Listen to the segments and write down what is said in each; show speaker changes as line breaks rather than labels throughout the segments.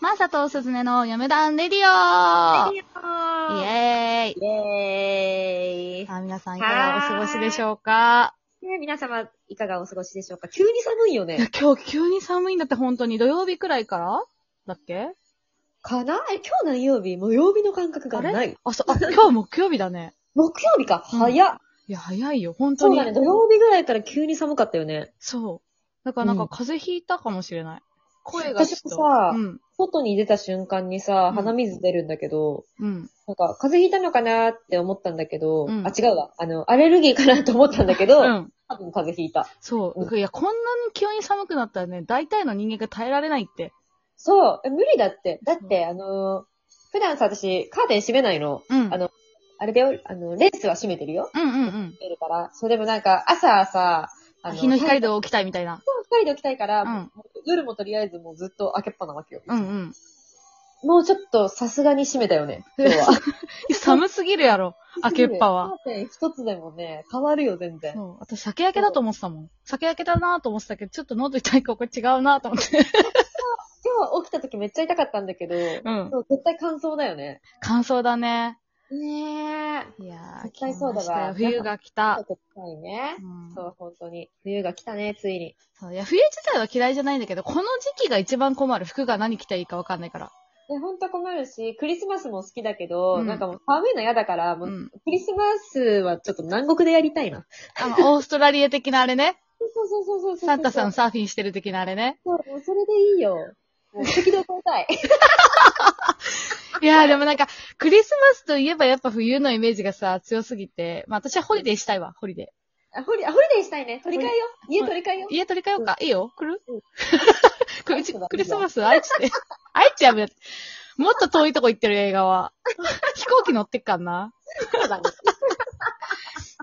まさとすずねの嫁団レディオイ
イ
エーイ
エーイイエーイ
さあ、皆さんいかがお過ごしでしょうか
ね皆様、いかがお過ごしでしょうか急に寒いよ
いや
ね。、
今日急に寒いんだって本当に土曜日くらいからだっけ
かなえ、今日何曜日無曜日の感覚がない。
あ、 そう、あ、今日木曜日だね。
木曜日か
うん
早っ、
いや、早いよ、本当
そう
に。
だね。土曜日ぐらいから急に寒かったよね。
そう。だからなん
う
か
ん
風邪ひいたかもしれない。声がちょっと。
私もさ
うん。
外に出た瞬間にさ
う、ん
鼻水出るんだけど、
うん。
なんか、風邪ひいたのかなって思ったんだけど、
うん
あ、違うわ。あの、アレルギーかなと思ったんだけど、
うん。
多分風邪ひいた。
そう。
う
いや、こんなに急に寒くなったらね、大体の人間が耐えられないって。
そう、え無理だって。だって、あのー、普段さ、私、カーテン閉めないの。
うん。
あのあれだよ、あの、レースは閉めてるよ。
うんうんうん。
いるから、そうでもなんか、朝さ、あ
日の光で
太陽
起きたいみたいな。
の光で起きたいから、
うん
もう夜もとりあえずもうずっと開けっぱなわけよ。
うんうん。
もうちょっとさすがに閉めたよね、今日は。
寒すぎるやろ、 開けっぱは。。
カーテン一つでもね、変わるよ、全然。
そう。私、酒焼けだと思ってたもん。酒焼けだなと思ってたけど、ちょっと喉痛いからこれ違うなと思って。
今日は起きた時めっちゃ痛かったんだけど、
うん
でも絶対乾燥だよね。
乾燥だね。
ねえ。
いやー、
絶対そう
来
だわ
ましたよ冬が来た
ちょっ。と痛いね。
うん
そう、本当に。冬が来たね、ついに。
そういや、冬自体は嫌いじゃないんだけど、この時期が一番困る。服が何着たらいいかわかんないから。
で、ほんと困るし、クリスマスも好きだけど、
うん
なんかもう寒いの嫌だから、も
う
う、
ん。
クリスマスはちょっと南国でやりたいな。
あ の、オーストラリア的なあれね。
そうそうそうそうそうそう。
サンタさんサーフィンしてる的なあれね。
そう、もうそれでいいよ。もう適当超えたい。
いやーでもなんか、クリスマスといえばやっぱ冬のイメージがさ、強すぎて。まあ私はホリデーしたいわ、ホリデ
あ、ホリ、あ、ホリデーしたいね。取り替えよう。家
うん
取り替えよ
ー。家取り替えようか。いいよ来る
うん
これうち、クリスマス、愛知で。 愛知やめて。もっと遠いとこ行ってる映画は。 飛行機乗ってっかんな。
う。そうだね。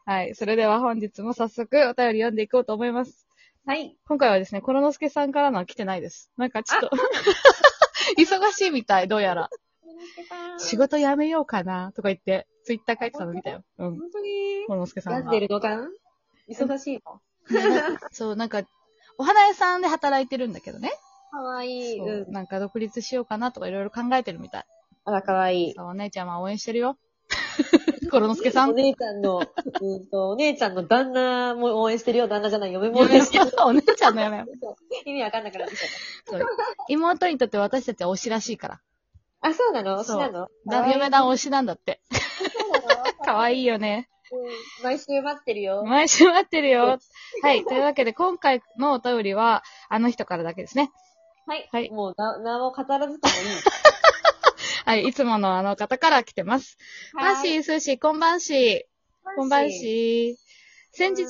はい。それでは本日も早速お便り読んでいこうと思います。
はい。
今回はですね、コロノスケさんからのは来てないです。なんかちょっと、 忙しいみたい、どうやら。仕事辞めようかな、とか言って、ツイッター書いてたの見たよ。うん。
本当に
コロノスケさん
病ん
が。
でるのかな忙しいの。
ね そう、なんか、お花屋さんで働いてるんだけどね。
かわいい。
そう
うん。
なんか独立しようかなとかいろいろ考えてるみたい。
あら、かわいい。
そうお姉ちゃんは応援してるよ。 コロノスケさん。
お姉ちゃんの、 うんと、お姉ちゃんの旦那も応援してるよ。旦那じゃない、嫁も応援してる。
お姉ちゃんのやめよ。
意味わかんなくなってきちゃっ
そう妹にとって私たちは推しらしいから。
た。あ、そうなの推し
そう
なの
だ
かわいい
嫁だ推しなんだって。かわいいよね。
うん毎週待ってるよ。
毎週待ってる よ。はい。というわけで、今回のお便りは、あの人からだけですね。
はい。
はい
もうな、名も語らずともいい。
はい。いつものあの方から来てます。マーシー、スーシー、こんばんしー。こんばんしー。先日、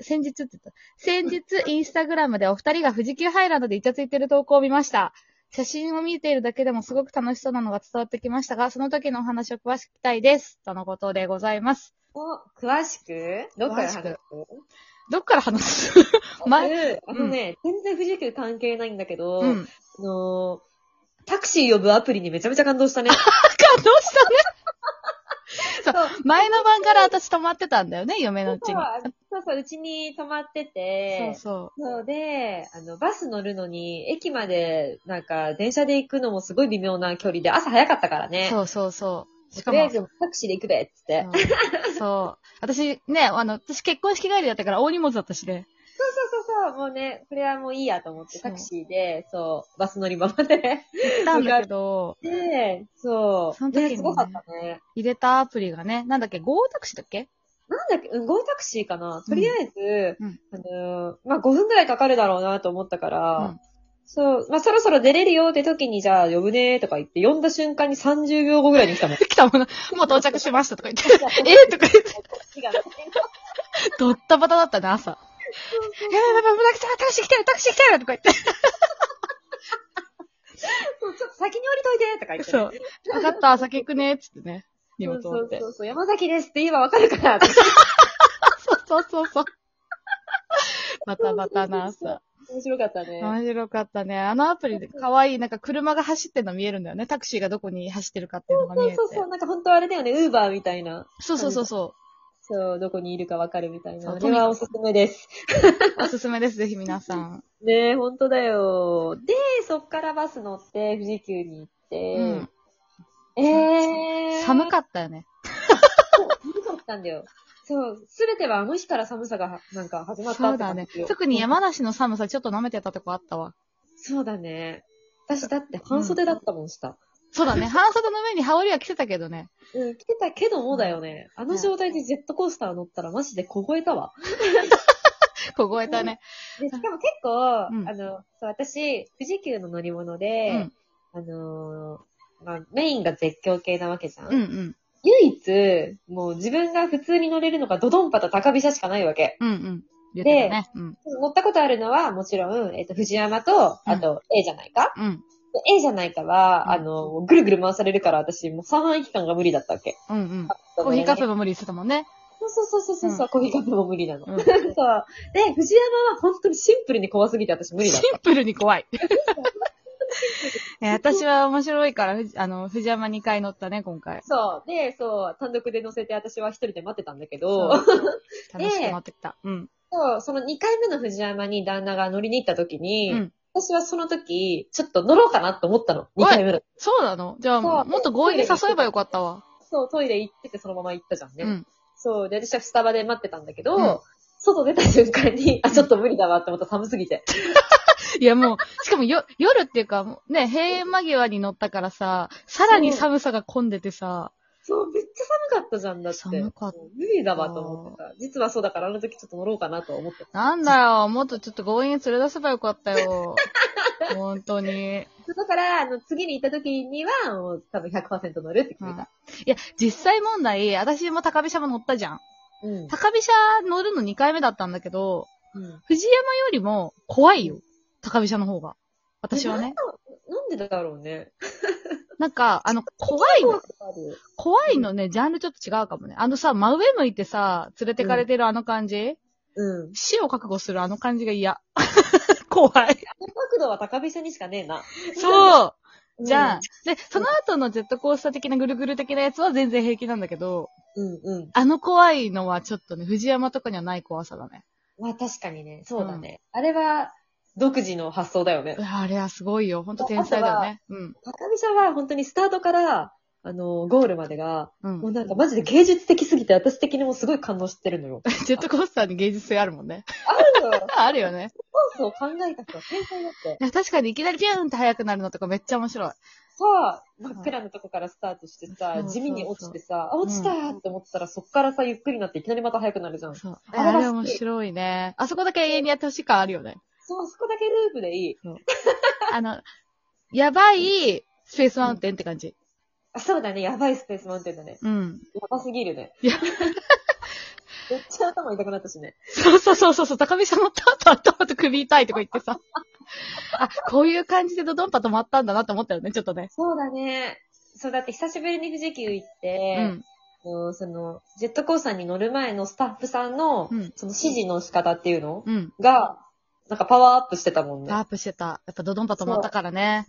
先日って言った。先日、インスタグラムでお二人が富士急ハイランドでイチャついてる投稿を見ました。写真を見ているだけでもすごく楽しそうなのが伝わってきましたが、その時のお話を詳しく聞きたいです。とのことでございます。
お、詳しくどっから話す
どっから話す 前
うんあのね、全然富士急関係ないんだけど、
うん。
あのータクシー呼ぶアプリにめちゃめちゃ感動したね。
感動したね。 そう
そう
前の晩から私泊まってたんだよね、嫁のうちに。
そうそう、うちに泊まってて、
そうそ
そうで、あの、バス乗るのに、駅まで、なんか、電車で行くのもすごい微妙な距離で、朝早かったから
う。
ね。
そうそうそう。し
と
か
りあえ
も、
ずタクシーで行くべ、っつって。
そうそう。私ね、あの、私結婚式帰りだったから大荷物だったしね。
そうそうそう、もうね、これはもういいやと思って、
そう
タクシーで、そう、バス乗り場まで。
行ったんだけど、
で、そう。
その時にね
ね、すごかったね。
入れたアプリがね、なんだっけ、ゴータクシーだっけ
なんだっけ、うん、ゴータクシーかなとりあえず、
うん
あのーまあ、5分くらいかかるだろうなと思ったから、
うん
そう、まあ、そろそろ出れるよって時に、じゃあ呼ぶねーとか言って、呼んだ瞬間に30秒後ぐらいに来た もん。
来たもの、もう到着しましたとか言って、えとか言って、ドッタバタだったね、朝。やばいやばいやばい、タクシータクシー来てる、タクシー来てるとか言って。
そうちょっと先に降りといてとか言ってね、
そう。分かった、先行くね、つってね。荷物
そ
持
う
って
そ。うそう、山崎ですって言えばわかるから。そう
そうそうそうそう。バタバタな朝。。
面白か ったね。
面白かったね。あのアプリで可愛い、なんか車が走ってるの見えるんだよね。タクシーがどこに走ってるかっていうのが見えて。
そうそうそう、なんか本当あれだよね、ウーバーみたいな。
そうそうそうそう
そう、どこにいるかわかるみたい
そ
な。
う
あれはおすすめです。
おすすめです、ぜひ皆さん。
ねえ、ほんとだよ。で、そっからバス乗って、富士急に行って、
うん。
えー、
寒
っ
かったよね。
た。寒かったんだよ。そう、すべてはあの日から寒さが、なんか始まった
そう
って
だ
感
ね
じよ。。
特に山梨の寒さ、ちょっと舐めてたとこあったわ。
そうだね。私だって半袖だったもん、した。
そう だね。半袖の上に羽織は着てたけどね。
うん、着てたけどもだよね。あの状態でジェットコースター乗ったらマジで凍えたわ。
凍えたね。
で、しかも結構、
うん
あの、そう、私、富士急の乗り物
う
で
ん、。
あのーまあ、メインが絶叫系なわけじゃん。
うんうん。
唯一、もう自分が普通に乗れるのがドドンパと高飛車しかないわけ。
うんうん。言ってたね。うん。
乗ったことあるのは、もちろん、えっ、と、藤山と、あと、A じゃないか、
うん。
で ?A じゃないかは、
うん
あの、もうぐるぐる回されるから、私、もう三半期間が無理だったわけ。
うんうん。コーヒーカップも無理してたもんね。
そうそうそうそうそう、コーヒーカップも無理なの。
うん
そう。で、藤山は本当にシンプルに怖すぎて私無理だ
シ
った。
ンプルに怖 い。え私は面白いから、ふじあの、藤山2回乗ったね、今回。
そう。で、そう、単独で乗せて私は一人で待ってたんだけど、
そう
で
楽しく乗ってきた。うん。
そう、その2回目の藤山に旦那が乗りに行った時に、
うん
私はその時、ちょっと乗ろうかなと思ったの。
おい
2回目の。
そうなのじゃあ、
そう
もっと強引に誘えばよかったわ。
そう、トイレ行っててそのまま行ったじゃんね。
うん。
そう、で、私はスタバで待ってたんだけど、
うん
外出た瞬間に、あ、ちょっと無理だわって思った寒すぎて。
いやもう、しかもよ、夜っていうか、もうね、閉園間際に乗ったからさ、さらに寒さが混んでてさ、
そう、めっちゃ寒かったじゃんだって。
寒かった
もう無理だわと思ってた。実はそうだからあの時ちょっと乗ろうかなと思ってた。
なんだよ、もっとちょっと強引に連れ出せばよかった よ。本当に。
だから、あの、次に行った時には、もう多分100%乗るって決
うん
め
い
た。
や、実際問題、私も高飛車も乗ったじゃん。
うん。
高飛車乗るの2回目だったんだけど、
うん
藤山よりも怖いよ。高飛車の方が。私はね。
なんでだろうね。
なんか、あの、怖いの、怖いのね、ジャンルちょっと違うかもね。あのさ、真上向いてさ、連れてかれてるあの感じ、
うん。
死を覚悟するあの感じが嫌。 怖い。
角度は高飛車にしかねえな。
そうう。 じゃあ
ん、
で、その後のジェットコースター的なぐるぐる的なやつは全然平気なんだけど、
うんうん。
あの怖いのはちょっとね、藤山とかにはない怖さだね。
まあ確かにね、そうだね。あれは、独自の発想だよね
う。わあれはすごいよ。ほんと天才だよね。うん。
高飛車は本当にスタートから、あの、ゴールまでが、
うん
もう。なんかマジで芸術的すぎて私的にもすごい感動してるのよ。
ジェットコースターに芸術性あるもんね。
あるのよ。
あるよね。
コースを考えた人は天才だって。
いや確かにいきなりピューンって速くなるのとかめっちゃ面白い。
さあ、真っ暗なとこからスタートして
そうそう
さ
そ、う
地味に落ちてさ、あ、落ちたーって思ってたらそっからさ、ゆっくりになっていきなりまた速くなるじゃん。
そう。
あれ
あ
は好き
れ面白いね。あそこだけ永遠にやってほしい感あるよね。
そう、そこだけループでいい。
あの、やばいスペースマウンテンって感じ。
あ、そうだね、やばいスペースマウンテンだね。
うん。
やばすぎるね。
い
めっ
や
ちゃ頭痛くなったしね。
そうそうそうそうそう、高見さん乗った後、頭と首痛いとか言ってさ。あ、こういう感じでドドンパ止まったんだなって思ったよね、ちょっとね。
そうだね。そう、だって久しぶりに富士急行っ
う
て、
ん。
もうその、ジェットコースターに乗る前のスタッフさんの、
うん
その指示の仕方っていうの
うん。
が、なんかパワーアップしてたもんね
パ。ワーアップしてた。やっぱドドンパ止まったからね。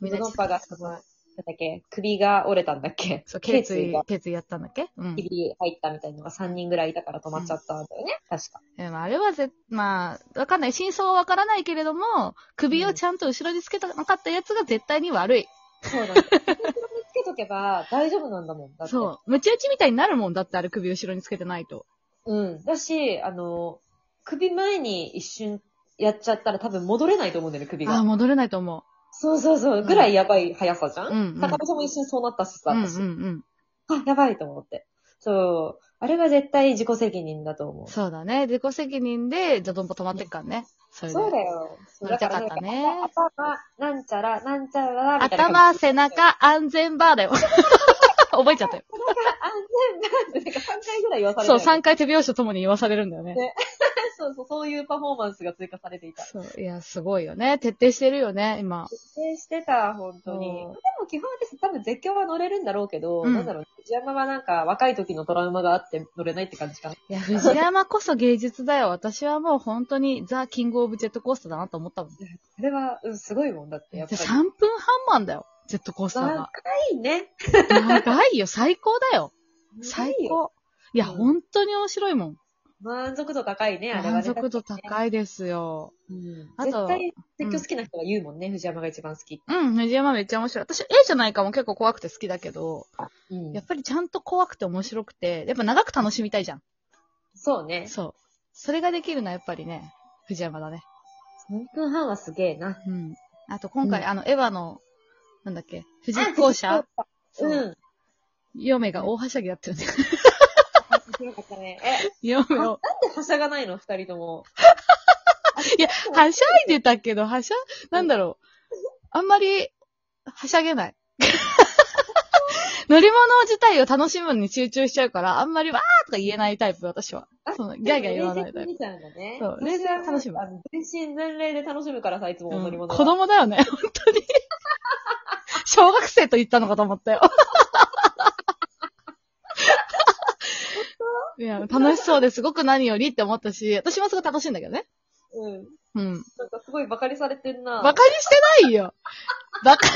みんな
ドドンパが、その、なんだっけ、首が折れたんだっけ。
そう、頸椎
が、、
頸椎やったんだっけうん。
ひび入ったみたいなのが3人ぐらいいたから止まっちゃったんだよね。確か。
でもあれはぜ、まあ、わかんない。真相はわからないけれども、首をちゃんと後ろにつけたなかったやつが絶対に悪い。
そうなんだ。後ろにつけとけば大丈夫なんだもん。だって
そう。ムチ打ちみたいになるもんだって、あれ首後ろにつけてないと。
うん。だし、あの、首前に一瞬やっちゃったら多分戻れないと思うんだよね、首
ああ、
が。
戻れないと思
そうそうそうう。
ん
ぐらいやばい速さじゃ
うんうん
ん。高田さんも一瞬そうなったし
う。
さ、
うんうん
私。
うん。
あ、やばいと思って。そう。あれは絶対自己責任だと思う。
そうだね。自己責任で、じゃあどんどん止まってっからね。それで
そうだよ。そう
乗りたか
だ
っ
ら
た
なん
ね
頭、なんちゃら、なんちゃら、みたいな。
頭、背中、安全バーだ よ。覚えちゃったよ。
安全なんて、なんか3回ぐらい言わされて
そう、
る。
3回手拍子とともに言わされるんだよね。
ねそうそう、そういうパフォーマンスが追加されていた。
そう、いや、すごいよね。徹底してるよね、今。
徹底してた、本当に。で
そう
も基本私多分絶叫は乗れるんだろうけど、
うん
なんだろう、藤山はなんか若い時のトラウマがあって乗れないって感じかな。
いや、藤山こそ芸術だよ。私はもう本当に、ザ・キング・オブ・ジェットコースターだなと思ったもん。
あれは、うん、すごいもんだって、やっぱり。
3分半マンだよ。ジェットコースター
長
が。
いね。
長いよ。最高だよ。最
長いよ。
高。いや、
うん
本当に面白いもん。
満足度高いね、あれはね。
満足度高いですよ。
うん。
あと
絶対、絶叫好きな人が言うもんね、藤山が一番好きって。
うん、藤山めっちゃ面白い。私、絵じゃないかも結構怖くて好きだけど、
うん
やっぱりちゃんと怖くて面白くて、やっぱ長く楽しみたいじゃん。
そうね。
そう。それができるのはやっぱりね、藤山だね。
3分半はすげえな。
うん。あと今回、
うん
あの、エヴァの、なんだっけ、藤井校舎
う
そう。
ん。
嫁が大はしゃぎやってる んだよ。
よかったね。え、
嫁
なん
を。
ではしゃがないの二人とも。
はしゃいでたけど、はしゃ、なんだろう。あんまり、はしゃげ ない。乗り物自体を楽しむのに集中しちゃうから、あんまりわーとか言えないタイプ、私は。そのギャーギャー言わないタイプ
みたいなね。
そう
私は
楽しむ
あの全身全霊で楽しむからさ、いつも
うん
乗り物は。
子供だよね、本当に。 小学生と言ったのかと思ったよ。いや、楽しそうですごく何よりって思ったし、私もすごい楽しいんだけどね。
うん。
うん。
なんかすごいバカにされてんな。
バカにしてないよ。バカに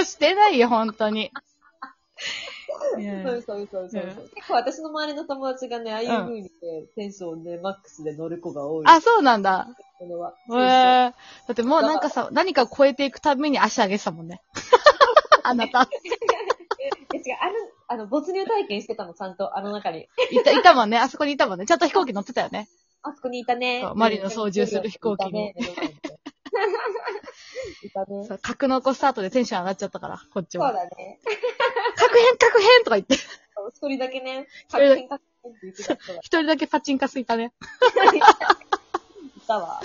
はしてないよ、本当 に。いや
そうそうそうそう。
うん
結構私の周りの友達がね、ああいう風にね、テンションでマックスで乗る子が多い。
あ、そうなんだ。
これは。
へえだってもうなんかさ、何かを超えていくために足上げてたもん ね。あなた。
え違う、あの、あの、没入体験してたの、ちゃんと、あの中に。
いた、いたもんね。あそこにいたもんね。ちゃんと飛行機乗ってたよね。
あそこにいたね
そう。マリの操縦する飛行機に
いたね。いたね。
そう格納庫スタートでテンション上がっちゃったから、こっち
そう
は。
だね。
確変確変とか言って、
一人だけね、
一人だけ
確変確変って言ってた人が
一人だけパチンカすいたね。
いたわ。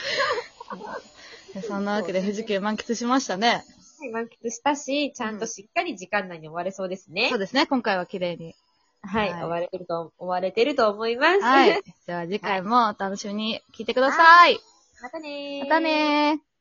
そんなわけで富士急満喫しましたね。
満喫したし、ちゃんとしっかり時間内に終われそうですね
そ。うですね、今回は綺麗に。
はい、
はい
終われてると、終われてると思います。
はい。では次回もお楽しみに聞いてください。
またねー
またねー。